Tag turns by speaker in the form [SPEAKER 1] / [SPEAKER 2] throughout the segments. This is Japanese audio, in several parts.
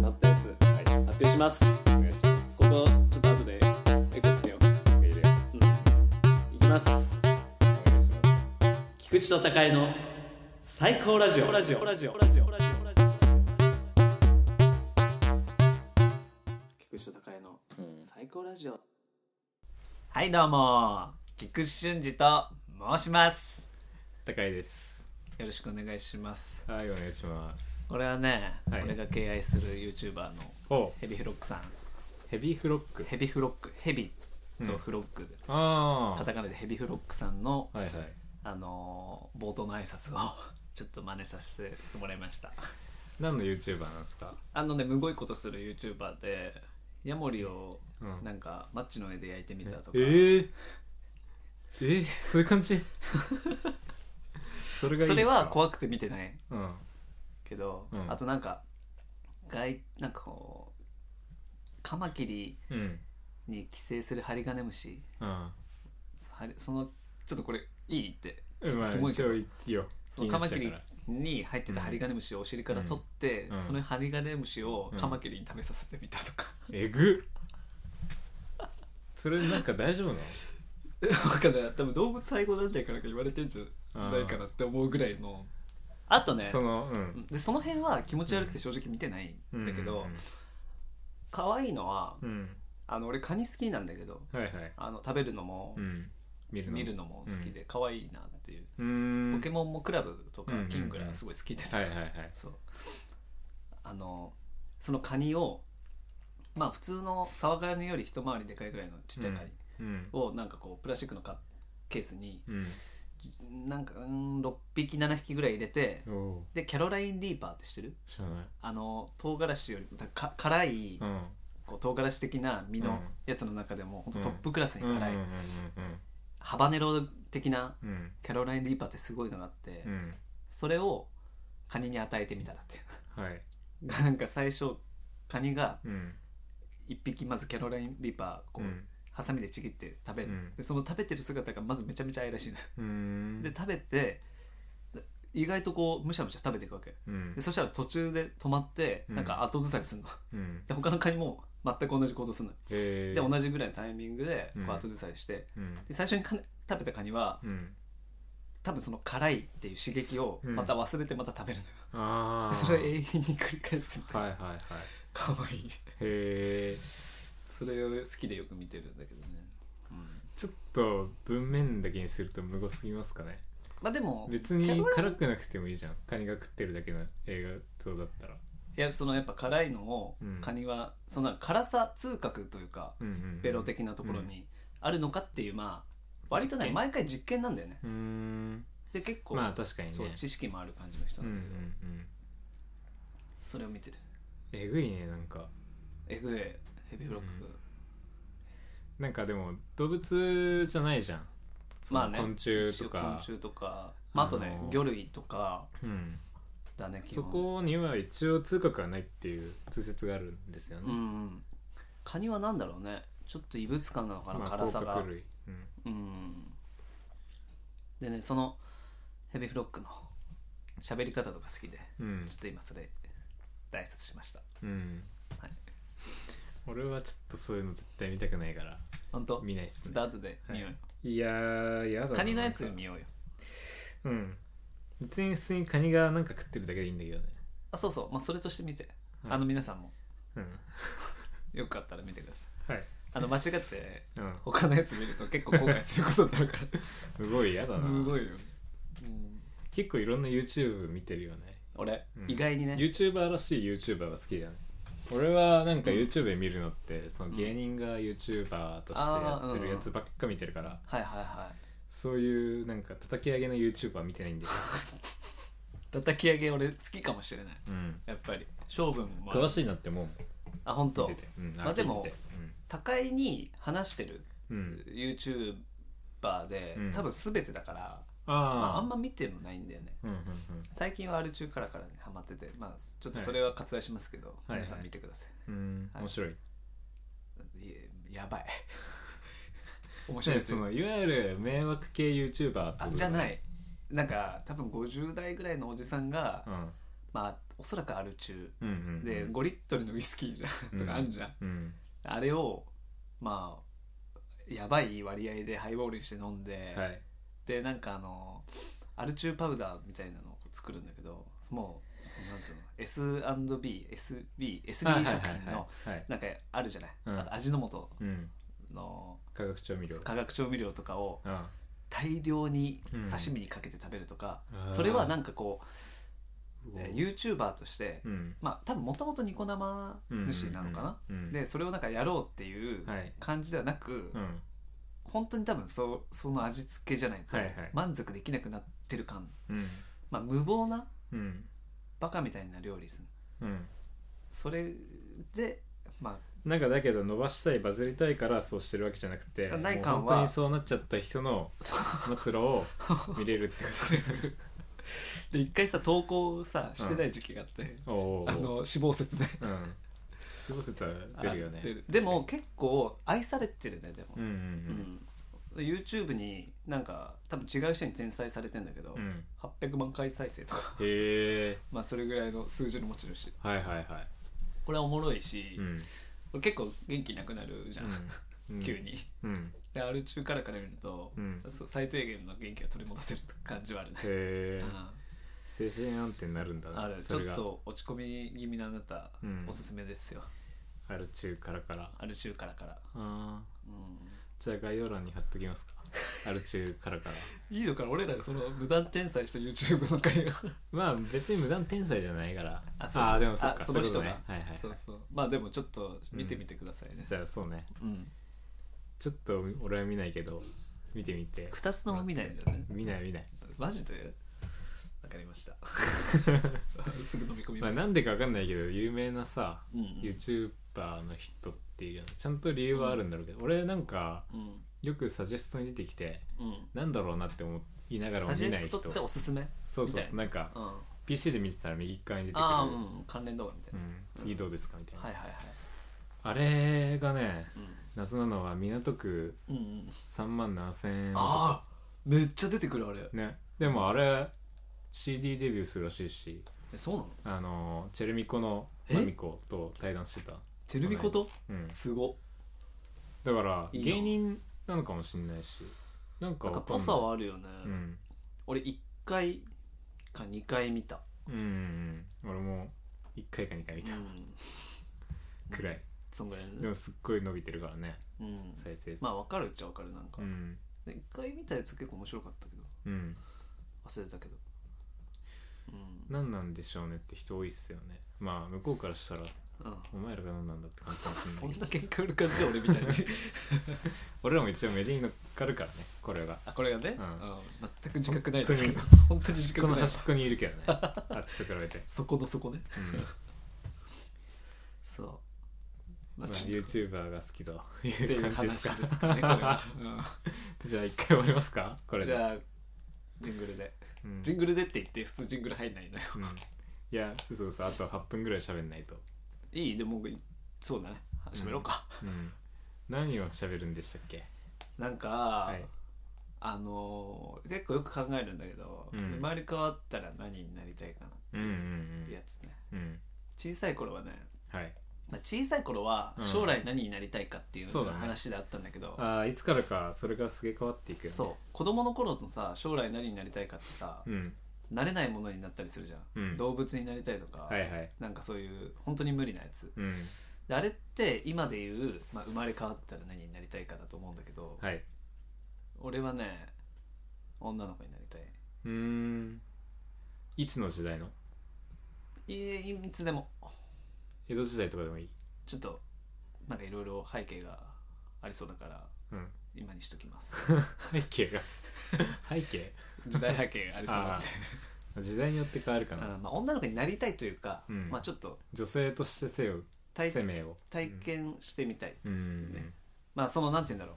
[SPEAKER 1] なったやつ
[SPEAKER 2] はい
[SPEAKER 1] 発表します
[SPEAKER 2] お願いします
[SPEAKER 1] ここちょっと後でエコつけよ
[SPEAKER 2] 入れるよ
[SPEAKER 1] う、うん、いきます
[SPEAKER 2] お願いします
[SPEAKER 1] 菊池と高井の最高ラジオラジオラジオラジオラジオラジオ菊池と高井の最高ラジオ
[SPEAKER 3] はいどうも菊池俊二と申します
[SPEAKER 2] 高いです
[SPEAKER 3] よろしくお願いします
[SPEAKER 2] はいお願いします
[SPEAKER 3] これはね、
[SPEAKER 2] はい
[SPEAKER 3] 俺が敬愛する YouTuber の
[SPEAKER 2] お
[SPEAKER 3] ヘビフロックさん
[SPEAKER 2] ヘビーフロック
[SPEAKER 3] ヘビフロックヘビとフロック、
[SPEAKER 2] あ
[SPEAKER 3] カタカナでヘビフロックさんの、
[SPEAKER 2] あはいはい
[SPEAKER 3] あのー冒頭の挨拶を ちょっと真似させてもらいました
[SPEAKER 2] 何の YouTuber なんですか
[SPEAKER 3] あのねむごいことする YouTuber でヤモリを
[SPEAKER 2] うん
[SPEAKER 3] なんかマッチの上で焼いてみたとか、
[SPEAKER 2] えー、えー、そういう感じそれがいい
[SPEAKER 3] そ
[SPEAKER 2] んで
[SPEAKER 3] れ
[SPEAKER 2] すか
[SPEAKER 3] は怖くて見てない
[SPEAKER 2] うん
[SPEAKER 3] けど、
[SPEAKER 2] うん
[SPEAKER 3] あとなんか外なんかこうカマキリ
[SPEAKER 2] うん
[SPEAKER 3] に寄生するハリガネムシ
[SPEAKER 2] うん
[SPEAKER 3] ハリそのちょっとこれいいって
[SPEAKER 2] うんまあ
[SPEAKER 3] キモい
[SPEAKER 2] 一
[SPEAKER 3] から
[SPEAKER 2] 応いいよ
[SPEAKER 3] そのカマキ
[SPEAKER 2] 気に
[SPEAKER 3] リ
[SPEAKER 2] なっちゃうか
[SPEAKER 3] に入ってたハリガネムシをお尻から取って、
[SPEAKER 2] うんうん
[SPEAKER 3] そのハリガネムシを
[SPEAKER 2] うん
[SPEAKER 3] カマキリに食べさせてみたとか、
[SPEAKER 2] らえぐそれなんか大丈夫なの
[SPEAKER 3] わかんない多分動物愛護団体からか言われてんじゃないかなって思うぐらいのあとね
[SPEAKER 2] そのう
[SPEAKER 3] うんんでその辺は気持ち悪くて正直見てないんだけど、可愛いのは
[SPEAKER 2] うん、うん
[SPEAKER 3] あの俺カニ好きなんだけど
[SPEAKER 2] はいはい
[SPEAKER 3] あの食べるのも
[SPEAKER 2] うん見るの
[SPEAKER 3] 見るのも好きで可愛いなっていう、
[SPEAKER 2] うーん
[SPEAKER 3] ポケモンもクラブとか
[SPEAKER 2] うん
[SPEAKER 3] キングラすごい好きでさ、
[SPEAKER 2] はいはいはい
[SPEAKER 3] そうあのそのカニをまあ普通のサワガニより一回りでかいぐらいのちっちゃいカニ
[SPEAKER 2] うん
[SPEAKER 3] をなんかこうプラスチックのカケースに
[SPEAKER 2] うん
[SPEAKER 3] なんかうん6匹7匹ぐらい入れて
[SPEAKER 2] おお
[SPEAKER 3] でキャロラインリーパーって知ってる
[SPEAKER 2] 知らない
[SPEAKER 3] あの唐辛子よりもだか辛い
[SPEAKER 2] うん
[SPEAKER 3] こう唐辛子的な身
[SPEAKER 2] うん
[SPEAKER 3] のやつの中でも本当トップクラスに
[SPEAKER 2] うんうん
[SPEAKER 3] 辛いハバネロ的な
[SPEAKER 2] うんうん
[SPEAKER 3] キャロラインリーパーってすごいのがあって、
[SPEAKER 2] うんうん
[SPEAKER 3] それをカニに与えてみたらって
[SPEAKER 2] はい
[SPEAKER 3] が なんか最初カニが
[SPEAKER 2] うん
[SPEAKER 3] 一匹まずキャロラインリーパーこう、
[SPEAKER 2] うん
[SPEAKER 3] ハサミでちぎって食べる、
[SPEAKER 2] うん
[SPEAKER 3] でその食べてる姿がまずめちゃめちゃ愛らしいの、
[SPEAKER 2] うーん
[SPEAKER 3] で食べてで意外とこうむしゃむしゃ食べていくわけ
[SPEAKER 2] うん
[SPEAKER 3] でそしたら途中で止まって
[SPEAKER 2] うん
[SPEAKER 3] なんか後ずさりするの、
[SPEAKER 2] うん
[SPEAKER 3] で他のカニも全く同じ行動するの
[SPEAKER 2] へ
[SPEAKER 3] で
[SPEAKER 2] え
[SPEAKER 3] 同じぐらいのタイミングで
[SPEAKER 2] うん
[SPEAKER 3] こう後ずさりして、
[SPEAKER 2] うん
[SPEAKER 3] で最初にカニ食べたカニは
[SPEAKER 2] うん
[SPEAKER 3] 多分その辛いっていう刺激をまた忘れてまた食べるのよ、
[SPEAKER 2] ああ
[SPEAKER 3] それを永遠に繰り返すみたいな、
[SPEAKER 2] はいはいはい
[SPEAKER 3] かわいい
[SPEAKER 2] へえ
[SPEAKER 3] それを好きでよく見てるんだけどね、うん、
[SPEAKER 2] ちょっと文面だけにすると無語すぎますかね
[SPEAKER 3] まあでも
[SPEAKER 2] 別
[SPEAKER 3] キャ
[SPEAKER 2] に
[SPEAKER 3] ロラ
[SPEAKER 2] 辛くなくてもいいじゃんカニが食ってるだけの映画そうだったら
[SPEAKER 3] いやそのやっぱ辛いのを
[SPEAKER 2] うん
[SPEAKER 3] カニは、その辛さ痛覚というか
[SPEAKER 2] うんうんうん
[SPEAKER 3] ベロ的なところにあるのかっていうまあ割とね毎回実験なんだよね
[SPEAKER 2] うーん
[SPEAKER 3] で結構、
[SPEAKER 2] まあ確かにね
[SPEAKER 3] そう知識もある感じの人
[SPEAKER 2] うんう
[SPEAKER 3] なんんだ
[SPEAKER 2] う
[SPEAKER 3] けど、
[SPEAKER 2] ん
[SPEAKER 3] それを見てる
[SPEAKER 2] えぐいねなんか
[SPEAKER 3] エグエヘビーフロック、
[SPEAKER 2] うんなんかでも動物じゃないじゃんその
[SPEAKER 3] まあね
[SPEAKER 2] 昆虫と
[SPEAKER 3] 一応
[SPEAKER 2] か
[SPEAKER 3] 昆虫とか、まあ、あとね
[SPEAKER 2] あのー
[SPEAKER 3] 魚類とか
[SPEAKER 2] うん、
[SPEAKER 3] だね基
[SPEAKER 2] そ
[SPEAKER 3] 本
[SPEAKER 2] こには一応通覚がないっていう通説があるんですよね、
[SPEAKER 3] うんうんカニはなんだろうねちょっと異物感なのかな、
[SPEAKER 2] まあ、
[SPEAKER 3] 辛さ
[SPEAKER 2] 甲
[SPEAKER 3] が
[SPEAKER 2] 殻類、うん、
[SPEAKER 3] うんでねそのヘビーフロックの喋り方とか好きで、
[SPEAKER 2] うん
[SPEAKER 3] ちょっと今それ大拶しました
[SPEAKER 2] うん、
[SPEAKER 3] はい
[SPEAKER 2] 俺はちょっとそういうの絶対見たくないから
[SPEAKER 3] 本当
[SPEAKER 2] 見ないっ
[SPEAKER 3] ち
[SPEAKER 2] す
[SPEAKER 3] ょっ
[SPEAKER 2] ね
[SPEAKER 3] と後で見ようよ、
[SPEAKER 2] いやーやだな
[SPEAKER 3] カニのやつ
[SPEAKER 2] なんか
[SPEAKER 3] 見ようよ
[SPEAKER 2] うん別に普通にカニがなんか食ってるだけでいいんだけどね
[SPEAKER 3] あそうそうまあそれとして見て、
[SPEAKER 2] うん
[SPEAKER 3] あの皆さんも
[SPEAKER 2] うん
[SPEAKER 3] よかったら見てください
[SPEAKER 2] はい
[SPEAKER 3] あの間違って
[SPEAKER 2] うん
[SPEAKER 3] 他のやつ見ると結構後悔することになる か
[SPEAKER 2] すごいやだ
[SPEAKER 3] らす
[SPEAKER 2] な
[SPEAKER 3] ごいよ、うん、
[SPEAKER 2] 結構いろんな YouTube 見てるよね
[SPEAKER 3] 俺、
[SPEAKER 2] うん
[SPEAKER 3] 意外にね
[SPEAKER 2] YouTuber らしい YouTuber が好きだね俺はなんか YouTube で見るのって、その芸人が YouTuber としてやってるやつばっか見てるから、
[SPEAKER 3] はいはいはい
[SPEAKER 2] そういうなんか叩き上げの YouTuber 見てないんだよ、
[SPEAKER 3] 叩き上げ俺好きかもしれない
[SPEAKER 2] うん、
[SPEAKER 3] やっぱり勝負もある
[SPEAKER 2] 詳しいなって思うもん
[SPEAKER 3] あ本当
[SPEAKER 2] 見てて、うん、
[SPEAKER 3] まあでも
[SPEAKER 2] 聞いてて
[SPEAKER 3] 高井に話してる
[SPEAKER 2] うん、うん、
[SPEAKER 3] YouTuber で、
[SPEAKER 2] うん
[SPEAKER 3] 多分全てだから、
[SPEAKER 2] あ、
[SPEAKER 3] まあ、あ
[SPEAKER 2] あ
[SPEAKER 3] んま見てもないんだよね
[SPEAKER 2] うんうんうん
[SPEAKER 3] 最近は R 中からからねハマってて、まあ、ちょっとそれは割愛しますけど、
[SPEAKER 2] はい
[SPEAKER 3] 皆さん見てください、
[SPEAKER 2] うん、
[SPEAKER 3] はい
[SPEAKER 2] 面白い
[SPEAKER 3] いややば い面白い
[SPEAKER 2] ね
[SPEAKER 3] です
[SPEAKER 2] そ
[SPEAKER 3] よ
[SPEAKER 2] のいわゆる迷惑系 YouTuber って
[SPEAKER 3] あ
[SPEAKER 2] こと、
[SPEAKER 3] じゃないいなんか多分50代ぐらいのおじさんが
[SPEAKER 2] うん、
[SPEAKER 3] まあおそらくアル中
[SPEAKER 2] うんうん
[SPEAKER 3] で5リットルのウイスキーとかあんじゃん、
[SPEAKER 2] うん
[SPEAKER 3] あれをまあやばい割合でハイボールにして飲んで、
[SPEAKER 2] はい
[SPEAKER 3] でなんかあのアルチューパウダーみたいなのを作るんだけどもうなんつうの S&BSBSB 食
[SPEAKER 2] はいはい
[SPEAKER 3] 品
[SPEAKER 2] はい
[SPEAKER 3] の
[SPEAKER 2] はい
[SPEAKER 3] なんかあるじゃない、
[SPEAKER 2] うん
[SPEAKER 3] あと味の素
[SPEAKER 2] うん
[SPEAKER 3] の
[SPEAKER 2] 化学調味料
[SPEAKER 3] 化学調味料とかを
[SPEAKER 2] あ
[SPEAKER 3] 大量に
[SPEAKER 2] うん
[SPEAKER 3] 刺身にかけて食べるとか、
[SPEAKER 2] あー
[SPEAKER 3] それはなんかこう、えー
[SPEAKER 2] う
[SPEAKER 3] YouTuber として、
[SPEAKER 2] ん
[SPEAKER 3] まあ多分もともとニコ生主なのかな、
[SPEAKER 2] うんうんうん
[SPEAKER 3] でそれをなんかやろうっていう
[SPEAKER 2] はい
[SPEAKER 3] 感じではなく、
[SPEAKER 2] うん
[SPEAKER 3] 本当に多分そその味付けじゃないと
[SPEAKER 2] はいはい
[SPEAKER 3] 満足できなくなってる感、
[SPEAKER 2] うん
[SPEAKER 3] まあ、無謀な
[SPEAKER 2] うん
[SPEAKER 3] バカみたいな料理する
[SPEAKER 2] うん
[SPEAKER 3] それでま
[SPEAKER 2] なんかだけど伸ばしたいバズりたいからそうしてるわけじゃなくて
[SPEAKER 3] ない
[SPEAKER 2] もう
[SPEAKER 3] 感は
[SPEAKER 2] 本当にそうなっちゃった人の末路 を見れるってこ
[SPEAKER 3] あで一回さ投稿さしてない時期があって、
[SPEAKER 2] とおうおう
[SPEAKER 3] あの死亡説ね
[SPEAKER 2] うん死亡説は出るよね
[SPEAKER 3] あ出るでも結構愛されてるねでも
[SPEAKER 2] うん、
[SPEAKER 3] うん YouTube になんか多分違う人に転載されてんだけど、
[SPEAKER 2] うんうんうん
[SPEAKER 3] 800万回再生とか
[SPEAKER 2] へえ
[SPEAKER 3] まあそれぐらいの数字の持ち主
[SPEAKER 2] はいはいはい
[SPEAKER 3] これはおもろいし、
[SPEAKER 2] うん
[SPEAKER 3] これ結構元気なくなるじゃん、
[SPEAKER 2] うん
[SPEAKER 3] 急に
[SPEAKER 2] うん
[SPEAKER 3] で R 中からから見ると、
[SPEAKER 2] うん
[SPEAKER 3] そう最低限の元気を取り戻せる感じはあるね
[SPEAKER 2] へ、え
[SPEAKER 3] う
[SPEAKER 2] 精神安定になるんだ
[SPEAKER 3] んあ
[SPEAKER 2] な
[SPEAKER 3] るち
[SPEAKER 2] そ
[SPEAKER 3] ょ
[SPEAKER 2] れ
[SPEAKER 3] っ
[SPEAKER 2] が
[SPEAKER 3] と落ち込み気味なあなた、
[SPEAKER 2] うん
[SPEAKER 3] おすすめですよ
[SPEAKER 2] ある中からから
[SPEAKER 3] アル中からから、
[SPEAKER 2] うん
[SPEAKER 3] う
[SPEAKER 2] じゃあ概要欄に貼っときますかある中からから
[SPEAKER 3] ん、いいのかな俺らがその無断転載した YouTube の会が
[SPEAKER 2] まあ別に無断天才じゃないから
[SPEAKER 3] う
[SPEAKER 2] あーでもそっ か
[SPEAKER 3] あその人
[SPEAKER 2] う
[SPEAKER 3] が
[SPEAKER 2] いうことねはいはい
[SPEAKER 3] そうそうまあでもちょっと見てみてくださいね、
[SPEAKER 2] じゃあそうね
[SPEAKER 3] うん、
[SPEAKER 2] ちょっと俺は見ないけど見てみて
[SPEAKER 3] 2つとも見ないんだよね
[SPEAKER 2] 見ない見ない、
[SPEAKER 3] マジでわかりました すぐ飲み込み
[SPEAKER 2] まあ、
[SPEAKER 3] ました、
[SPEAKER 2] なんでかわかんないけど有名なさ、
[SPEAKER 3] うんうん
[SPEAKER 2] YouTuber の人っていうのちゃんと理由はあるんだろうけど、俺なんか
[SPEAKER 3] うん
[SPEAKER 2] よくサジェストに出てきて
[SPEAKER 3] うん
[SPEAKER 2] なんだろうなって思いながらも
[SPEAKER 3] サ
[SPEAKER 2] 見
[SPEAKER 3] ジェ
[SPEAKER 2] ない
[SPEAKER 3] ス
[SPEAKER 2] 人
[SPEAKER 3] トっておすすめ
[SPEAKER 2] そうそう
[SPEAKER 3] み
[SPEAKER 2] そ
[SPEAKER 3] た
[SPEAKER 2] う
[SPEAKER 3] いな
[SPEAKER 2] なんか
[SPEAKER 3] うん、あ
[SPEAKER 2] PC で見てたら右側に出てくる、
[SPEAKER 3] あー、うん、関連動画みたいうな、
[SPEAKER 2] ん次どうですかみたいな、
[SPEAKER 3] はいはいはい
[SPEAKER 2] あれがね
[SPEAKER 3] う
[SPEAKER 2] 謎なのは港区
[SPEAKER 3] ん、うんうん、
[SPEAKER 2] 3万7000円
[SPEAKER 3] ああめっちゃ出てくるあれ
[SPEAKER 2] ねでもあれ CD デビューするらしいし
[SPEAKER 3] えそうなの
[SPEAKER 2] あのチェルミコの
[SPEAKER 3] え
[SPEAKER 2] マミコと対談してた、
[SPEAKER 3] テルミコと
[SPEAKER 2] うん、
[SPEAKER 3] すご
[SPEAKER 2] だから
[SPEAKER 3] いいな
[SPEAKER 2] 芸人なのかもしれないしなん
[SPEAKER 3] な
[SPEAKER 2] か
[SPEAKER 3] んか
[SPEAKER 2] わかん
[SPEAKER 3] ぽ
[SPEAKER 2] ない
[SPEAKER 3] さはあるよね、
[SPEAKER 2] うん
[SPEAKER 3] 俺1回か2回見た、
[SPEAKER 2] うんうんうん俺も1回か2回見
[SPEAKER 3] う
[SPEAKER 2] た
[SPEAKER 3] ん、
[SPEAKER 2] くらい
[SPEAKER 3] そんぐらい
[SPEAKER 2] で
[SPEAKER 3] ね、
[SPEAKER 2] もすっごい伸びてるからね
[SPEAKER 3] うん、
[SPEAKER 2] 再生数
[SPEAKER 3] まあ分かるっちゃ分かるなんか、
[SPEAKER 2] うん
[SPEAKER 3] で1回見たやつ結構面白かったけど
[SPEAKER 2] うん
[SPEAKER 3] 忘れたけどうん
[SPEAKER 2] 何なんでしょうねって人多いっすよねまあ向こうからしたら
[SPEAKER 3] うん
[SPEAKER 2] お前らが何なんだって感じかもし
[SPEAKER 3] そ
[SPEAKER 2] れ
[SPEAKER 3] ん
[SPEAKER 2] ない
[SPEAKER 3] な喧嘩売る感じで俺みた いに
[SPEAKER 2] 俺らも一応メディに乗っかるからねこれが
[SPEAKER 3] あこれがね、
[SPEAKER 2] うん
[SPEAKER 3] 全く自覚ないですけど本当に自
[SPEAKER 2] こ
[SPEAKER 3] 覚
[SPEAKER 2] の
[SPEAKER 3] ない
[SPEAKER 2] 端っこにいるけどね あっちと比べて、
[SPEAKER 3] そこのそこね
[SPEAKER 2] うん
[SPEAKER 3] そうま
[SPEAKER 2] まあ、
[SPEAKER 3] あちょっと
[SPEAKER 2] YouTuber が好きとい
[SPEAKER 3] って
[SPEAKER 2] う
[SPEAKER 3] いう
[SPEAKER 2] 感じで
[SPEAKER 3] 話
[SPEAKER 2] すか、
[SPEAKER 3] ですかねこれは
[SPEAKER 2] じゃあ一回終わりますか
[SPEAKER 3] う
[SPEAKER 2] こ
[SPEAKER 3] ん、
[SPEAKER 2] れ
[SPEAKER 3] じ
[SPEAKER 2] で
[SPEAKER 3] ゃあジングルで
[SPEAKER 2] うん
[SPEAKER 3] ジングルでって言って普通ジングル入んないのよ
[SPEAKER 2] うんいやそうそうあと8分ぐらい喋んないと、
[SPEAKER 3] いいでもそうだね喋ろうか、
[SPEAKER 2] うん、何を喋るんでしたっけ
[SPEAKER 3] なんか、
[SPEAKER 2] はい
[SPEAKER 3] あのー結構よく考えるんだけど、
[SPEAKER 2] うん
[SPEAKER 3] 生まれ変わったら何になりたいかな
[SPEAKER 2] うんうん
[SPEAKER 3] ってやつね
[SPEAKER 2] うんうん
[SPEAKER 3] 小さい頃はね、
[SPEAKER 2] はい
[SPEAKER 3] まあ、小さい頃は
[SPEAKER 2] うん
[SPEAKER 3] 将来何になりたいかっていう
[SPEAKER 2] そうだね
[SPEAKER 3] 話であったんだけど、そう,、
[SPEAKER 2] あーいつからかそれがすげえ変わっていくよね
[SPEAKER 3] 子供の頃のさ将来何になりたいかってさ、
[SPEAKER 2] うん
[SPEAKER 3] 慣れないものになったりするじゃん、
[SPEAKER 2] うん
[SPEAKER 3] 動物になりたいとか、
[SPEAKER 2] はいはい
[SPEAKER 3] なんかそういう本当に無理なやつ
[SPEAKER 2] うん
[SPEAKER 3] であれって今で言う、まあ、生まれ変わったら何になりたいかだと思うんだけど、
[SPEAKER 2] はい
[SPEAKER 3] 俺はね女の子になりたいう
[SPEAKER 2] ーんいつの時代の
[SPEAKER 3] いいいつでも
[SPEAKER 2] 江戸時代とかでもいい
[SPEAKER 3] ちょっとなんかいろいろ背景がありそうだから
[SPEAKER 2] うん
[SPEAKER 3] 今にしときます
[SPEAKER 2] 背景 が背景
[SPEAKER 3] 時代背景がありそうなんで
[SPEAKER 2] 時代によって変わるかな、
[SPEAKER 3] うんまあ、女の子になりたいというか、
[SPEAKER 2] うん
[SPEAKER 3] まあ、ちょっと
[SPEAKER 2] 女性としてせよ
[SPEAKER 3] 体
[SPEAKER 2] 生命を
[SPEAKER 3] 体験してみたい、
[SPEAKER 2] うん
[SPEAKER 3] ねまあそのなんて言うんだろう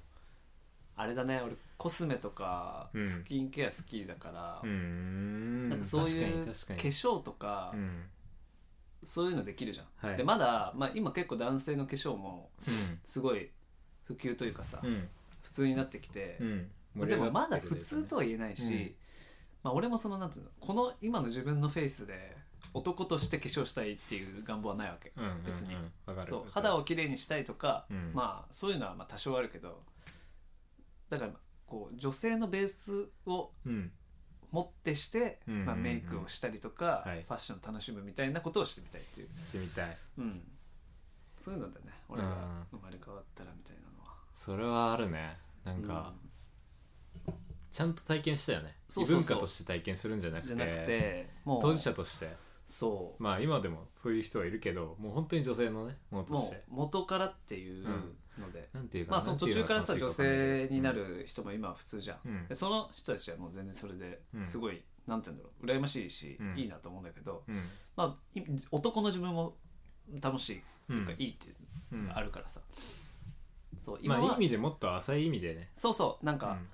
[SPEAKER 3] あれだね俺コスメとか
[SPEAKER 2] うん
[SPEAKER 3] スキンケア好きだから、
[SPEAKER 2] うん
[SPEAKER 3] なんかそういう化
[SPEAKER 2] 確かに確
[SPEAKER 3] 粧とか
[SPEAKER 2] かにうん
[SPEAKER 3] そういうのできるじゃん、
[SPEAKER 2] はい
[SPEAKER 3] でまだ、まあ、今結構男性の化粧もすごい普及というかさ、
[SPEAKER 2] うん
[SPEAKER 3] 普通になってきて、
[SPEAKER 2] うん
[SPEAKER 3] まあでもまだ普通とは言えないし、
[SPEAKER 2] うん
[SPEAKER 3] まあ、俺もそのなんていうのこの今の自分のフェイスで男として化粧したいっていう願望はないわけ、
[SPEAKER 2] うんうんうん
[SPEAKER 3] 別に
[SPEAKER 2] わかる
[SPEAKER 3] そう
[SPEAKER 2] わかる
[SPEAKER 3] 肌をきれいにしたいとか、
[SPEAKER 2] うん
[SPEAKER 3] まあそういうのはまあ多少あるけどだからこう女性のベースを
[SPEAKER 2] うん
[SPEAKER 3] 持ってして、
[SPEAKER 2] うんうんうん
[SPEAKER 3] まあ、メイクをしたりとか、
[SPEAKER 2] はい
[SPEAKER 3] ファッションを楽しむみたいなことをしてみたいっていう、
[SPEAKER 2] してみたい
[SPEAKER 3] うん、そういうのだね俺が生まれ変わったらみたいなのは。
[SPEAKER 2] それはあるねなんか、
[SPEAKER 3] う
[SPEAKER 2] ちゃんと体験したよね
[SPEAKER 3] そうそうそう
[SPEAKER 2] 異文化として体験するんじゃなく
[SPEAKER 3] じ
[SPEAKER 2] て
[SPEAKER 3] ゃなくてもう
[SPEAKER 2] 当事者として
[SPEAKER 3] そう
[SPEAKER 2] まあ今でもそういう人はいるけどもう本当に女性のねものとし
[SPEAKER 3] も
[SPEAKER 2] て
[SPEAKER 3] う元からっていうので、
[SPEAKER 2] なんていうか
[SPEAKER 3] まあその途中からさ
[SPEAKER 2] なんてい
[SPEAKER 3] 女
[SPEAKER 2] うかわかんない
[SPEAKER 3] 性
[SPEAKER 2] けど
[SPEAKER 3] になる人も今は普通じゃん、
[SPEAKER 2] うん
[SPEAKER 3] でその人たちはもう全然それで
[SPEAKER 2] うん
[SPEAKER 3] すごい、なんて言うんだろう羨ましいし、
[SPEAKER 2] うん
[SPEAKER 3] いいなと思うんだけど、
[SPEAKER 2] うん
[SPEAKER 3] まあい男の自分も楽しいっていうか、
[SPEAKER 2] うん
[SPEAKER 3] いいっていう
[SPEAKER 2] うん
[SPEAKER 3] のがあるからさ、そう今
[SPEAKER 2] ま
[SPEAKER 3] は、
[SPEAKER 2] あいい意味でもっと浅い意味でね
[SPEAKER 3] そうそうなんか、
[SPEAKER 2] うん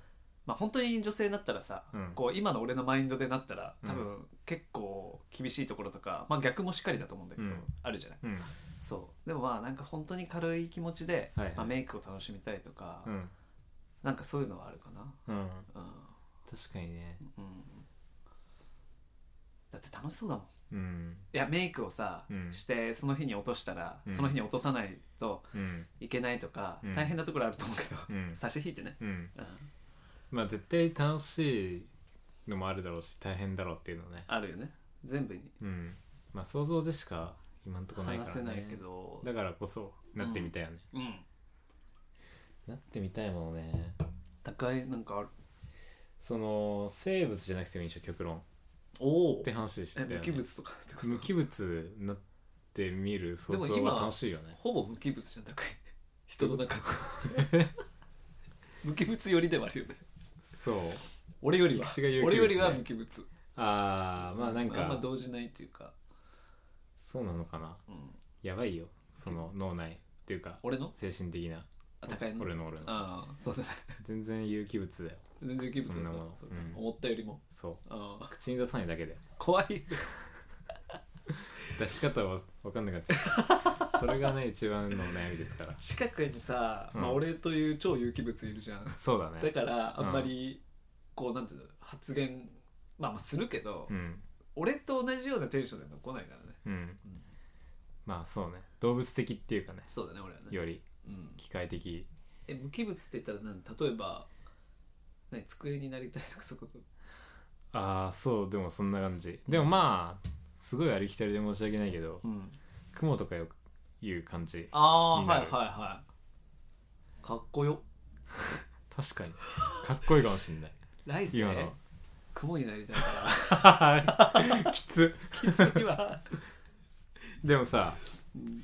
[SPEAKER 3] まあ本当に女性になったらさ、
[SPEAKER 2] うん
[SPEAKER 3] こう今の俺のマインドでなったら多
[SPEAKER 2] う
[SPEAKER 3] 分結構厳しいところとか、まあ、逆もしっかりだと思うんだけど、
[SPEAKER 2] うん
[SPEAKER 3] あるじゃない
[SPEAKER 2] うん
[SPEAKER 3] そうでもまあなんか本当に軽い気持ちで、
[SPEAKER 2] はいはい
[SPEAKER 3] まあ、メイクを楽しみたいとか、
[SPEAKER 2] うん、
[SPEAKER 3] なんかそういうのはあるかな、
[SPEAKER 2] うん、
[SPEAKER 3] うん
[SPEAKER 2] 確かにね
[SPEAKER 3] うん、だって楽しそうだもん
[SPEAKER 2] うん
[SPEAKER 3] いやメイクをさ、
[SPEAKER 2] うん
[SPEAKER 3] してその日に落としたら、
[SPEAKER 2] うん
[SPEAKER 3] その日に落とさないと
[SPEAKER 2] うん
[SPEAKER 3] いけないとか、
[SPEAKER 2] うん
[SPEAKER 3] 大変なところあると思うけど、
[SPEAKER 2] うん
[SPEAKER 3] 差し引いてね、
[SPEAKER 2] うん
[SPEAKER 3] うん、
[SPEAKER 2] まあ絶対楽しいのもあるだろうし大変だろうっていうのね
[SPEAKER 3] あるよね全部に
[SPEAKER 2] うんまあ想像でしか今んとこないから、
[SPEAKER 3] 話
[SPEAKER 2] ね、
[SPEAKER 3] せないけど、
[SPEAKER 2] だからこそなってみたいよね、
[SPEAKER 3] うん、
[SPEAKER 2] なってみたいものね
[SPEAKER 3] 高いなんかある
[SPEAKER 2] その生物じゃなくてもいいでしょ極論っ
[SPEAKER 3] おお
[SPEAKER 2] て話してた
[SPEAKER 3] え
[SPEAKER 2] よ、ね、
[SPEAKER 3] 無機物とかってこと
[SPEAKER 2] 無機物になってみる想
[SPEAKER 3] でも
[SPEAKER 2] 像
[SPEAKER 3] 今
[SPEAKER 2] は楽しいよね
[SPEAKER 3] ほぼ無機物じゃなく 人の 中無機物寄りではあるよね
[SPEAKER 2] そう
[SPEAKER 3] 俺よりは、
[SPEAKER 2] 私が言う
[SPEAKER 3] 俺よりは
[SPEAKER 2] 無
[SPEAKER 3] 無
[SPEAKER 2] 機
[SPEAKER 3] 機物
[SPEAKER 2] ああまあなん
[SPEAKER 3] あんま
[SPEAKER 2] か
[SPEAKER 3] 動じないっていうか、
[SPEAKER 2] そうなのかな
[SPEAKER 3] うん、
[SPEAKER 2] やばいよその脳内っていうか
[SPEAKER 3] 俺の
[SPEAKER 2] 精神的な
[SPEAKER 3] あ高いの
[SPEAKER 2] 俺の俺の
[SPEAKER 3] ああそうだね
[SPEAKER 2] 全然有機物だよ
[SPEAKER 3] 全然無機物だな
[SPEAKER 2] そんなもの
[SPEAKER 3] そうか
[SPEAKER 2] うん
[SPEAKER 3] 思ったよりも
[SPEAKER 2] そう
[SPEAKER 3] ああ
[SPEAKER 2] 口に出さないだけで
[SPEAKER 3] 怖い
[SPEAKER 2] 出し方は分かんなくなっちゃうそれがね一番の悩みですから
[SPEAKER 3] 近くにさ、まあ、
[SPEAKER 2] うん
[SPEAKER 3] 俺という超有機物いるじゃん
[SPEAKER 2] そうだ
[SPEAKER 3] だ
[SPEAKER 2] ね
[SPEAKER 3] からあんまりこうなんていうの発言まあまあするけど、
[SPEAKER 2] うん
[SPEAKER 3] 俺と同じようなテンションでも来ないからね
[SPEAKER 2] うんまあそうね動物的っていうかね
[SPEAKER 3] そうだね俺はね、
[SPEAKER 2] より
[SPEAKER 3] うん、
[SPEAKER 2] 機械的
[SPEAKER 3] え無機物って言ったら何例えば何机になりたいとかそこそこ
[SPEAKER 2] ああそうでもそんな感じでもまあすごいありきたりで申し訳ないけど
[SPEAKER 3] うん
[SPEAKER 2] 雲とかよく言う感じ
[SPEAKER 3] ああー
[SPEAKER 2] に
[SPEAKER 3] は
[SPEAKER 2] ないる
[SPEAKER 3] はいはいかっこよ
[SPEAKER 2] 確かにかっこいいかもしんない
[SPEAKER 3] 来世
[SPEAKER 2] 今の
[SPEAKER 3] 雲になりたいか
[SPEAKER 2] きつ
[SPEAKER 3] ら次は
[SPEAKER 2] でもさ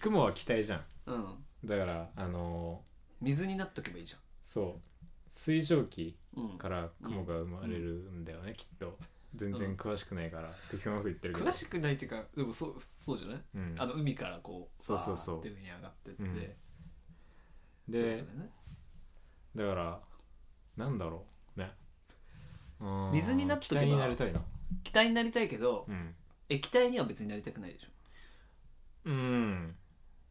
[SPEAKER 2] 雲は気体じゃん
[SPEAKER 3] うん
[SPEAKER 2] だからあの
[SPEAKER 3] 水になっとけばいいじ
[SPEAKER 2] ーそう水蒸気
[SPEAKER 3] ゃんうん
[SPEAKER 2] から雲が生まれるんだよね、きっと全然詳しくないから、適当なこと言ってるけど
[SPEAKER 3] 詳しくないっていうかでもそうそうじゃない、
[SPEAKER 2] うん
[SPEAKER 3] あの海からこう
[SPEAKER 2] そうそうそう
[SPEAKER 3] バーって上に上がってって、
[SPEAKER 2] うん
[SPEAKER 3] ってこ
[SPEAKER 2] で
[SPEAKER 3] とだよね
[SPEAKER 2] だからなんだろうねうーん
[SPEAKER 3] 水になっと
[SPEAKER 2] 気
[SPEAKER 3] けば
[SPEAKER 2] 体になりたいな
[SPEAKER 3] 気体になりたいけど、
[SPEAKER 2] うん、
[SPEAKER 3] 液体には別になりたくないでしょ
[SPEAKER 2] うん、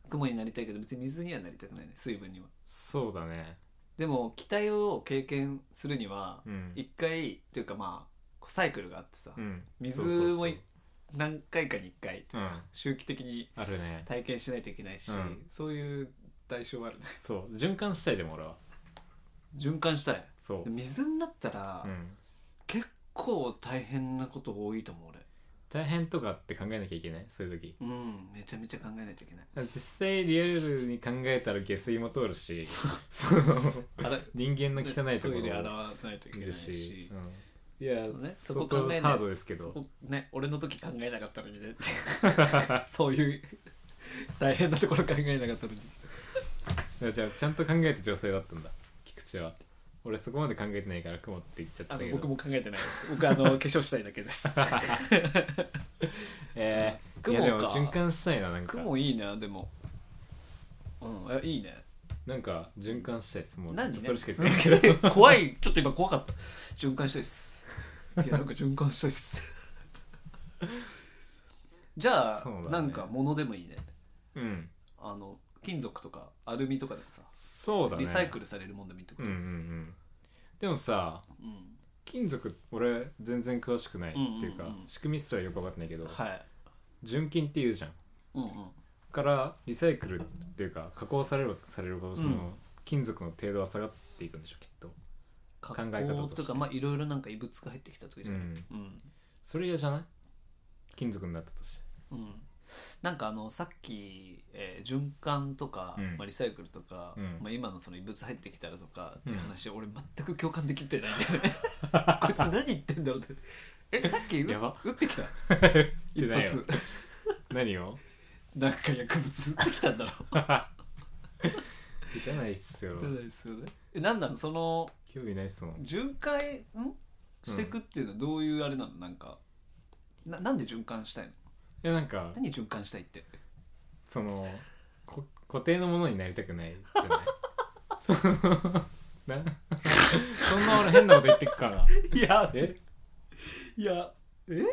[SPEAKER 3] 雲になりたいけど別に水にはなりたくないね水分には
[SPEAKER 2] そうだね
[SPEAKER 3] でも気体を経験するには
[SPEAKER 2] うん
[SPEAKER 3] 一回というかまあこうサイクルがあってさ、
[SPEAKER 2] うん
[SPEAKER 3] 水
[SPEAKER 2] そうそう
[SPEAKER 3] も
[SPEAKER 2] そう
[SPEAKER 3] い何回かに一回というか
[SPEAKER 2] うん
[SPEAKER 3] 周期的に
[SPEAKER 2] あるね
[SPEAKER 3] 体験しないといけないし、
[SPEAKER 2] うん
[SPEAKER 3] そういう代償はあるね
[SPEAKER 2] そう循環したいでも俺は
[SPEAKER 3] 循環したい
[SPEAKER 2] そう
[SPEAKER 3] で、水になったら、
[SPEAKER 2] うん、
[SPEAKER 3] 結構大変なこと多いと思う
[SPEAKER 2] 大変とかって考えなきゃいけないそういう時
[SPEAKER 3] 俺うんめちゃめちゃ考えないといけない
[SPEAKER 2] 実際リアルに考えたら下水も通 るしその
[SPEAKER 3] あれ
[SPEAKER 2] 人間の汚いとこ
[SPEAKER 3] トイレ
[SPEAKER 2] ろ
[SPEAKER 3] 洗
[SPEAKER 2] も
[SPEAKER 3] わないといけ
[SPEAKER 2] い
[SPEAKER 3] ない
[SPEAKER 2] る
[SPEAKER 3] し
[SPEAKER 2] し、うん、いや
[SPEAKER 3] そうねそ
[SPEAKER 2] 相
[SPEAKER 3] こ
[SPEAKER 2] 当
[SPEAKER 3] 考えない
[SPEAKER 2] ハードですけど
[SPEAKER 3] そこね俺の時考えなかったの にねってそういう大変なところ考えなかったのに
[SPEAKER 2] じゃあちゃんと考えて女性だったんだ菊池は俺そこまで考えてないから雲って言っちゃっ
[SPEAKER 3] あ
[SPEAKER 2] た
[SPEAKER 3] の
[SPEAKER 2] けど
[SPEAKER 3] 僕も考えてないです僕あの化粧したいだけです
[SPEAKER 2] えー、
[SPEAKER 3] 雲
[SPEAKER 2] いやでも
[SPEAKER 3] か
[SPEAKER 2] 循環したいななんか
[SPEAKER 3] 雲いいなでもうんあいいね
[SPEAKER 2] なんか循環したいですもうちょっ
[SPEAKER 3] 何
[SPEAKER 2] と
[SPEAKER 3] ね
[SPEAKER 2] それしか言ってない けど
[SPEAKER 3] 怖いちょっと今怖かった循環したいっ すいやなんか循環したいっすじゃあ、
[SPEAKER 2] そうだね
[SPEAKER 3] なんか物でもいいね
[SPEAKER 2] うん
[SPEAKER 3] あの金属とかアルミとかでもさ、
[SPEAKER 2] そうだね
[SPEAKER 3] リサイクルされるもんでもいいってこ
[SPEAKER 2] うん
[SPEAKER 3] と、
[SPEAKER 2] うんうんでもさ
[SPEAKER 3] うん
[SPEAKER 2] 金属俺全然詳しくないっていうか、
[SPEAKER 3] うんうんうん
[SPEAKER 2] 仕組みすらよく分かってないけど、
[SPEAKER 3] はい
[SPEAKER 2] 純金っていうじゃん
[SPEAKER 3] うんうん
[SPEAKER 2] からリサイクルっていうか加工されればされるほどその、
[SPEAKER 3] うん
[SPEAKER 2] 金属の程度は下がっていくんでしょきっと
[SPEAKER 3] 加
[SPEAKER 2] え方として
[SPEAKER 3] 工とかまあいろいろなんか異物が入ってきた時じゃない、
[SPEAKER 2] うん
[SPEAKER 3] うん
[SPEAKER 2] それ嫌じゃない金属になったとして
[SPEAKER 3] うんなんかあのさっき、えー循環とか、
[SPEAKER 2] うん
[SPEAKER 3] まあ、リサイクルとか、
[SPEAKER 2] うん
[SPEAKER 3] まあ、今のその異物入ってきたらとかっていう話、俺全く共感できてないんだよ ねこいつ何言ってんだろうってえさっきう
[SPEAKER 2] やば
[SPEAKER 3] 打ってきた一
[SPEAKER 2] 言ってないよ
[SPEAKER 3] 発
[SPEAKER 2] 何を
[SPEAKER 3] なんか薬物打ってきたんだろう
[SPEAKER 2] いらないっすよ
[SPEAKER 3] 打てないですよねえ何なのその
[SPEAKER 2] 興味ないっすもん
[SPEAKER 3] 循環んしてくっていうのはどういうあれなのなんかななんで循環したいの
[SPEAKER 2] えなんか
[SPEAKER 3] 何循環したいって
[SPEAKER 2] そのこ固定のものになりたくないじゃない そのな そんな俺変なこと言ってっ かない
[SPEAKER 3] や
[SPEAKER 2] え
[SPEAKER 3] いやえ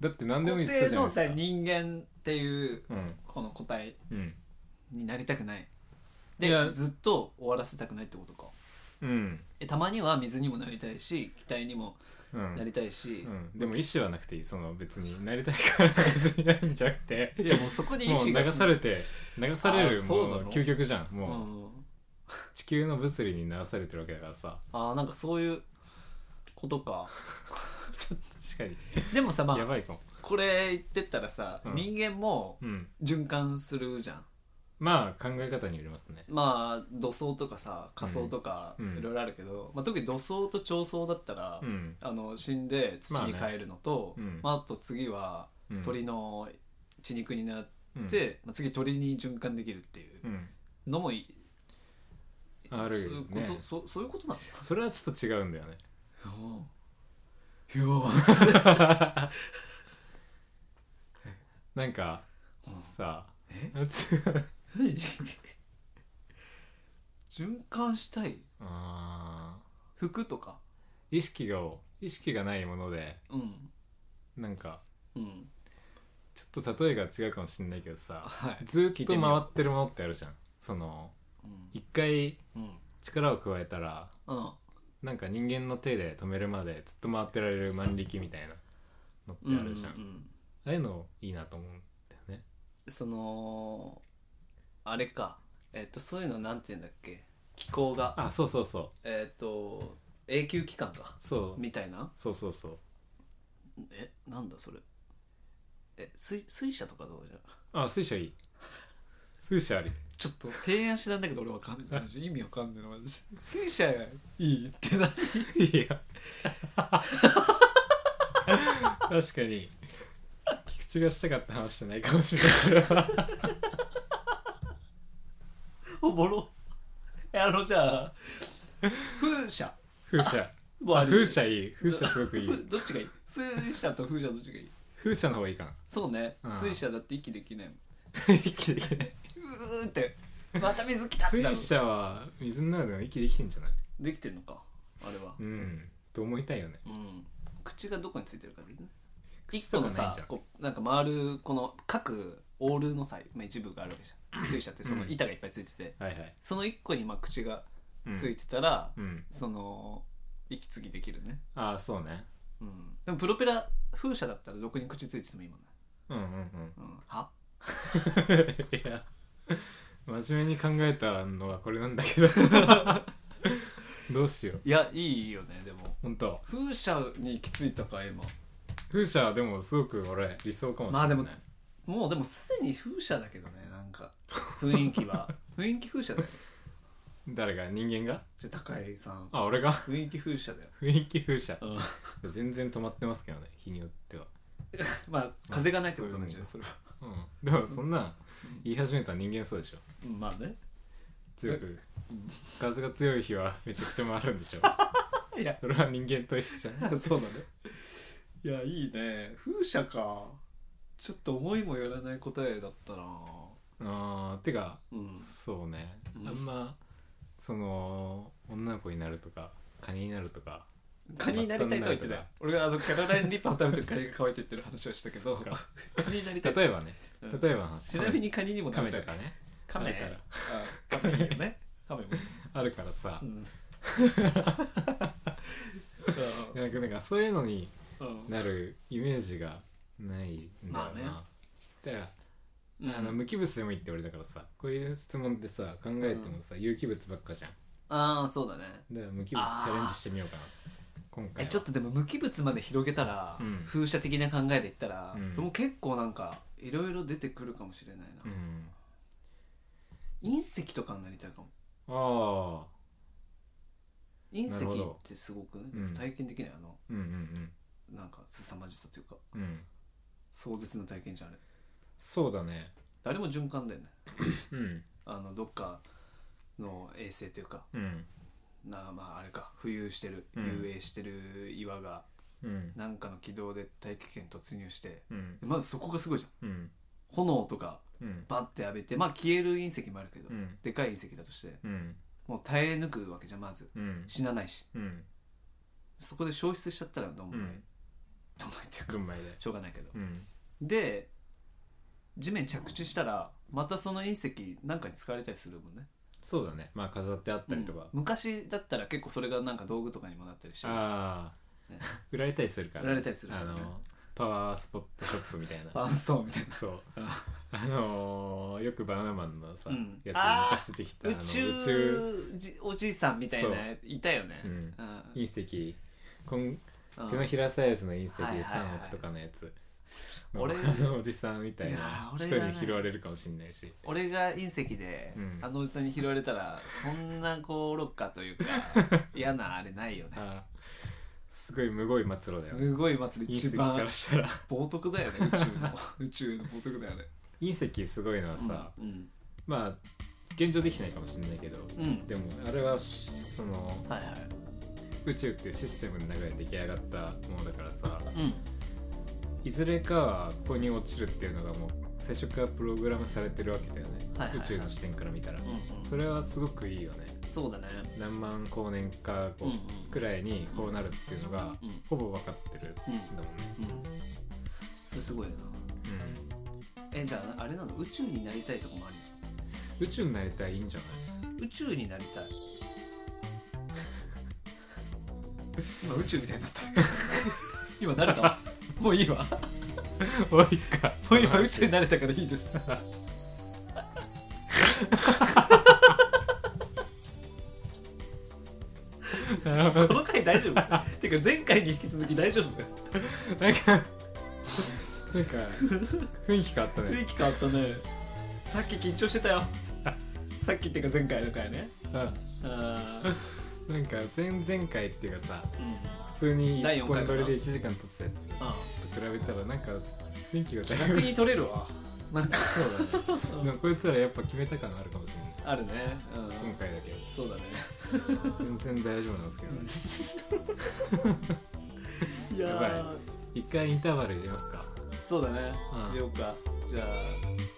[SPEAKER 2] だって何でもい
[SPEAKER 3] 固
[SPEAKER 2] いっす
[SPEAKER 3] 定
[SPEAKER 2] じゃ
[SPEAKER 3] の
[SPEAKER 2] ないです
[SPEAKER 3] さ
[SPEAKER 2] か
[SPEAKER 3] 人間っていう
[SPEAKER 2] うん
[SPEAKER 3] この個体
[SPEAKER 2] うん
[SPEAKER 3] になりたくない
[SPEAKER 2] いや
[SPEAKER 3] でずっと終わらせたくないってことか
[SPEAKER 2] うん
[SPEAKER 3] えたまには水にもなりたいし気体にも
[SPEAKER 2] うん
[SPEAKER 3] なりたいし
[SPEAKER 2] う、ん、でも意思はなくていいその別になりたいから別になるんじゃなくて
[SPEAKER 3] いやもうそこ に意
[SPEAKER 2] もう
[SPEAKER 3] 志が
[SPEAKER 2] 流されて流され
[SPEAKER 3] あ
[SPEAKER 2] る
[SPEAKER 3] そうな
[SPEAKER 2] も
[SPEAKER 3] の
[SPEAKER 2] う究極じゃん
[SPEAKER 3] う、
[SPEAKER 2] もうん地球の物理に流されてるわけだからさ
[SPEAKER 3] あーなんかそういうこと か
[SPEAKER 2] 確かに、
[SPEAKER 3] でもさま
[SPEAKER 2] や
[SPEAKER 3] あ
[SPEAKER 2] ばいかも
[SPEAKER 3] これ言ってったらさ、
[SPEAKER 2] うん
[SPEAKER 3] 人間も
[SPEAKER 2] うん
[SPEAKER 3] 循環するじゃん
[SPEAKER 2] まあ考え方によりますね
[SPEAKER 3] まあ土葬とかさ火葬とか
[SPEAKER 2] うん
[SPEAKER 3] いろいろあるけど、まあ、特に土葬と彫葬だったら、
[SPEAKER 2] うん
[SPEAKER 3] あの死んで土に
[SPEAKER 2] まあね
[SPEAKER 3] 帰るのと、
[SPEAKER 2] うん
[SPEAKER 3] まああと次は
[SPEAKER 2] うん
[SPEAKER 3] 鳥の血肉になっ
[SPEAKER 2] うん
[SPEAKER 3] て、まあ、次鳥に循環できるっていう
[SPEAKER 2] うん
[SPEAKER 3] のもい
[SPEAKER 2] あ
[SPEAKER 3] そう
[SPEAKER 2] る
[SPEAKER 3] い
[SPEAKER 2] よ
[SPEAKER 3] うこ
[SPEAKER 2] ね
[SPEAKER 3] とそそういうことなの
[SPEAKER 2] それはちょっと違うんだよね
[SPEAKER 3] いやー
[SPEAKER 2] なんかさあ
[SPEAKER 3] 何循環したい
[SPEAKER 2] あ
[SPEAKER 3] 服とか
[SPEAKER 2] ー意識が意識がないもので
[SPEAKER 3] うん
[SPEAKER 2] なんか
[SPEAKER 3] うん
[SPEAKER 2] ちょっと例えが違うかもしれないけどさ
[SPEAKER 3] はい
[SPEAKER 2] ず
[SPEAKER 3] 聞
[SPEAKER 2] ー
[SPEAKER 3] い
[SPEAKER 2] っと
[SPEAKER 3] てみ
[SPEAKER 2] 回
[SPEAKER 3] よう
[SPEAKER 2] ってるものってあるじゃんその
[SPEAKER 3] うん
[SPEAKER 2] 一回
[SPEAKER 3] うん
[SPEAKER 2] 力を加えたら
[SPEAKER 3] うん
[SPEAKER 2] なんか人間の手で止めるまでずっと回ってられる万力みたいなのってあるじゃん、
[SPEAKER 3] うんうんうん
[SPEAKER 2] ああいうのいいなと思うんだよね
[SPEAKER 3] そのあれかえっ、とそういうのなんて言うんだっけ気候が
[SPEAKER 2] あそうそうそう
[SPEAKER 3] えっ、と永久期間か
[SPEAKER 2] そう
[SPEAKER 3] みたいな
[SPEAKER 2] そうそうそう
[SPEAKER 3] えなんだそれえ水水車とかどうじゃ
[SPEAKER 2] あ水車いい水車あり
[SPEAKER 3] ちょっと提案しなんだけど俺わかんない意味わかんないなマジで水車いいってない
[SPEAKER 2] や確かに菊池がしたかった話じゃないかもしれ ないけど
[SPEAKER 3] おぼろえあのじゃあ風車
[SPEAKER 2] 風車
[SPEAKER 3] も
[SPEAKER 2] あ
[SPEAKER 3] ある
[SPEAKER 2] 風車いい風車すごくいい
[SPEAKER 3] ふどっちがいい水車と風車どっちがいい
[SPEAKER 2] 風車の方がいいかな
[SPEAKER 3] そうね、
[SPEAKER 2] うん
[SPEAKER 3] 水車だって息できないもん
[SPEAKER 2] 一気でき ないう
[SPEAKER 3] ーってまた水来た
[SPEAKER 2] 水車は水の中でも息できてんじゃない
[SPEAKER 3] できてんのかあれは
[SPEAKER 2] うんと思いたいよね
[SPEAKER 3] うん口がどこについてるかでね
[SPEAKER 2] 口
[SPEAKER 3] 一
[SPEAKER 2] と
[SPEAKER 3] 個
[SPEAKER 2] か
[SPEAKER 3] の
[SPEAKER 2] ない
[SPEAKER 3] さ
[SPEAKER 2] じゃん
[SPEAKER 3] こうなんか回るこの各オールのさまあ一部があるわけじゃん水車ってその板がいっぱいついてて、
[SPEAKER 2] はいはい
[SPEAKER 3] その一個にまあ口が
[SPEAKER 2] うん
[SPEAKER 3] ついてたら、
[SPEAKER 2] うん
[SPEAKER 3] その息継ぎできるね、
[SPEAKER 2] ああそうね
[SPEAKER 3] うん、でもプロペラ風車だったらどこに口ついててもいいもんね、
[SPEAKER 2] うんうん
[SPEAKER 3] うん、は
[SPEAKER 2] うんいや真面目に考えたのはこれなんだ けどどうしよう
[SPEAKER 3] いやいいよねでも
[SPEAKER 2] 本当
[SPEAKER 3] 風車に行き着いたか今
[SPEAKER 2] 風車はでもすごく俺理想かもしれ
[SPEAKER 3] ま
[SPEAKER 2] な
[SPEAKER 3] あ
[SPEAKER 2] い
[SPEAKER 3] でももうでもすでに風車だけどねなんか雰囲気 は雰囲気風車だよ
[SPEAKER 2] 誰が人間が
[SPEAKER 3] じゃあ高井さん
[SPEAKER 2] あ俺が
[SPEAKER 3] 雰囲気風車だよ、
[SPEAKER 2] 雰囲気風車
[SPEAKER 3] うん、
[SPEAKER 2] 全然止まってますけどね日によっては
[SPEAKER 3] まあ風がないってことなんじゃないそれは
[SPEAKER 2] うんでもそんな言い始めたら人間そうでしょ
[SPEAKER 3] うんまあね
[SPEAKER 2] 強く風が強い日はめちゃくちゃ回るんでしょ
[SPEAKER 3] いや
[SPEAKER 2] それは人間と一緒じゃん
[SPEAKER 3] そうだねいやいいね風車かちょっと思いもよらない答えだったな
[SPEAKER 2] あーてか
[SPEAKER 3] うん
[SPEAKER 2] そうね
[SPEAKER 3] うん
[SPEAKER 2] あんまその女の子になるとかカニになるとか
[SPEAKER 3] カニになりたいとは言ってない俺があのキャロライン・リッパーを食べてるカニが可愛いって言ってる話をしたけど
[SPEAKER 2] そうか
[SPEAKER 3] カニになりたい
[SPEAKER 2] 例えばね
[SPEAKER 3] うん
[SPEAKER 2] 例えばの話
[SPEAKER 3] ちなみにカニにも
[SPEAKER 2] カ
[SPEAKER 3] な
[SPEAKER 2] メ
[SPEAKER 3] り
[SPEAKER 2] カ
[SPEAKER 3] たい
[SPEAKER 2] メとかね
[SPEAKER 3] カメ
[SPEAKER 2] ある
[SPEAKER 3] あ
[SPEAKER 2] から
[SPEAKER 3] カメいいよねカメもいい
[SPEAKER 2] あるからさ
[SPEAKER 3] うん
[SPEAKER 2] なんかなんかそういうのに
[SPEAKER 3] うん
[SPEAKER 2] なるイメージがないんだよな、
[SPEAKER 3] まあね
[SPEAKER 2] だから
[SPEAKER 3] うん
[SPEAKER 2] あの無機物でもいいって俺だからさこういう質問ってさ考えてもさ、有機物ばっかじゃん
[SPEAKER 3] ああそうだね
[SPEAKER 2] だから無機物チャレンジしてみようかな今回
[SPEAKER 3] え
[SPEAKER 2] は
[SPEAKER 3] ちょっとでも無機物まで広げたら、
[SPEAKER 2] うん
[SPEAKER 3] 風車的な考えでいったら、
[SPEAKER 2] うん
[SPEAKER 3] でも結構なんかいろいろ出てくるかもしれないな、
[SPEAKER 2] うん
[SPEAKER 3] 隕石とかになりたいかも
[SPEAKER 2] ああ
[SPEAKER 3] 隕
[SPEAKER 2] な
[SPEAKER 3] 石
[SPEAKER 2] るほど
[SPEAKER 3] ってすごくね、
[SPEAKER 2] うん
[SPEAKER 3] 体験できないあの
[SPEAKER 2] うんうん
[SPEAKER 3] なんか凄まじさというか
[SPEAKER 2] うんうん
[SPEAKER 3] 壮絶な体験じゃんあれ
[SPEAKER 2] そうだね
[SPEAKER 3] 誰も循環だよね
[SPEAKER 2] うん
[SPEAKER 3] あのどっかの衛星というか
[SPEAKER 2] うん
[SPEAKER 3] なまああれか浮遊してる
[SPEAKER 2] うん
[SPEAKER 3] 遊泳してる岩が
[SPEAKER 2] うん
[SPEAKER 3] なんかの軌道で大気圏突入して
[SPEAKER 2] うん
[SPEAKER 3] まずそこがすごいじゃん
[SPEAKER 2] うん
[SPEAKER 3] 炎とか
[SPEAKER 2] うん
[SPEAKER 3] バッて浴びてまあ消える隕石もあるけど、
[SPEAKER 2] うん
[SPEAKER 3] でかい隕石だとして
[SPEAKER 2] うん
[SPEAKER 3] もう耐え抜くわけじゃんまず
[SPEAKER 2] うん
[SPEAKER 3] 死なないし
[SPEAKER 2] うん
[SPEAKER 3] そこで消失しちゃったらどん
[SPEAKER 2] う
[SPEAKER 3] まい、
[SPEAKER 2] ん
[SPEAKER 3] どんまいっていうか
[SPEAKER 2] 群馬で
[SPEAKER 3] しょうがないけど
[SPEAKER 2] うん
[SPEAKER 3] で地面着地したらまたその隕石なんかに使われたりするもんね
[SPEAKER 2] そうだねまあ飾ってあったりとか、
[SPEAKER 3] 昔だったら結構それがなんか道具とかにもなったりして
[SPEAKER 2] ああ
[SPEAKER 3] ね
[SPEAKER 2] 売られたりするから
[SPEAKER 3] 売られたりするからね
[SPEAKER 2] あのパワースポットショップみたいな
[SPEAKER 3] 伴奏みたいな
[SPEAKER 2] そうあのーよくバナナマンのさ、
[SPEAKER 3] うん
[SPEAKER 2] やつに昔出てきた
[SPEAKER 3] 宇
[SPEAKER 2] あ
[SPEAKER 3] 宙
[SPEAKER 2] の宇宙
[SPEAKER 3] じおじいさんみたいなやついたよね
[SPEAKER 2] う
[SPEAKER 3] うんん
[SPEAKER 2] 隕石こん
[SPEAKER 3] うん
[SPEAKER 2] 手のひらサイズの隕石で
[SPEAKER 3] はいはいはい
[SPEAKER 2] 3億とかのやつの
[SPEAKER 3] 俺
[SPEAKER 2] あのおじさんみたい
[SPEAKER 3] いや
[SPEAKER 2] な
[SPEAKER 3] ー俺
[SPEAKER 2] 一
[SPEAKER 3] じゃ
[SPEAKER 2] 人
[SPEAKER 3] ない
[SPEAKER 2] に拾われるかもしんないし
[SPEAKER 3] 俺が隕石で、
[SPEAKER 2] うん
[SPEAKER 3] あのおじさんに拾われたらそんなこう愚かという か嫌なあれないよね
[SPEAKER 2] あーすごいむごい末路だよね
[SPEAKER 3] すごい祭り
[SPEAKER 2] 隕
[SPEAKER 3] 一
[SPEAKER 2] 石か
[SPEAKER 3] 番
[SPEAKER 2] らしたら
[SPEAKER 3] 冒涜だよね 宇宙の宇宙の冒涜だよね
[SPEAKER 2] 隕石すごいのはさ、
[SPEAKER 3] うん、
[SPEAKER 2] まあ現状できてないかもしんないけど、
[SPEAKER 3] うん
[SPEAKER 2] でもあれはその
[SPEAKER 3] はいはい
[SPEAKER 2] 宇宙っていうシステムの中で出来上がったものだからさ
[SPEAKER 3] うん
[SPEAKER 2] いずれかはここに落ちるっていうのがもう最初からプログラムされてるわけだよね、
[SPEAKER 3] はいはいはい
[SPEAKER 2] 宇宙の視点から見たら、
[SPEAKER 3] うんうん
[SPEAKER 2] それはすごくいいよね
[SPEAKER 3] そうだね
[SPEAKER 2] 何万光年か後
[SPEAKER 3] うんうん
[SPEAKER 2] くらいにこうなるっていうのが
[SPEAKER 3] うん
[SPEAKER 2] ほぼ分かってるんだもんね、
[SPEAKER 3] うんそれすごいよなえじゃああれなの宇宙になりたいとこもあるよ
[SPEAKER 2] うん、宇宙になりたいいいんじゃない
[SPEAKER 3] 宇宙になりたい 今宇宙みたいになった 今慣れたわもういいわ
[SPEAKER 2] おいか
[SPEAKER 3] もう今宇宙になれたからいいです
[SPEAKER 2] なるほ
[SPEAKER 3] この回大丈夫てか前回に引き続き大丈夫
[SPEAKER 2] ど なんかなんか雰囲気変わったね
[SPEAKER 3] 雰囲気変わったねさっき緊張してたよさっきっていうか前回の回ね
[SPEAKER 2] うん
[SPEAKER 3] あ
[SPEAKER 2] なんか前々回っていうかさ
[SPEAKER 3] うん
[SPEAKER 2] 普通に
[SPEAKER 3] 第
[SPEAKER 2] 1
[SPEAKER 3] 四回
[SPEAKER 2] 本
[SPEAKER 3] かな
[SPEAKER 2] 撮りで1時間撮ってたやつと比べたらなんか雰囲気が高
[SPEAKER 3] 逆
[SPEAKER 2] い
[SPEAKER 3] に取れるわなんか
[SPEAKER 2] そうだねでもこいつらやっぱ決めた感あるかもしれない
[SPEAKER 3] あるねうん
[SPEAKER 2] 今回だけ
[SPEAKER 3] そうだね
[SPEAKER 2] 全然大丈夫なんですけどね
[SPEAKER 3] い
[SPEAKER 2] やばい一回インターバル入れますか
[SPEAKER 3] そうだね
[SPEAKER 2] うん
[SPEAKER 3] 了解じゃあ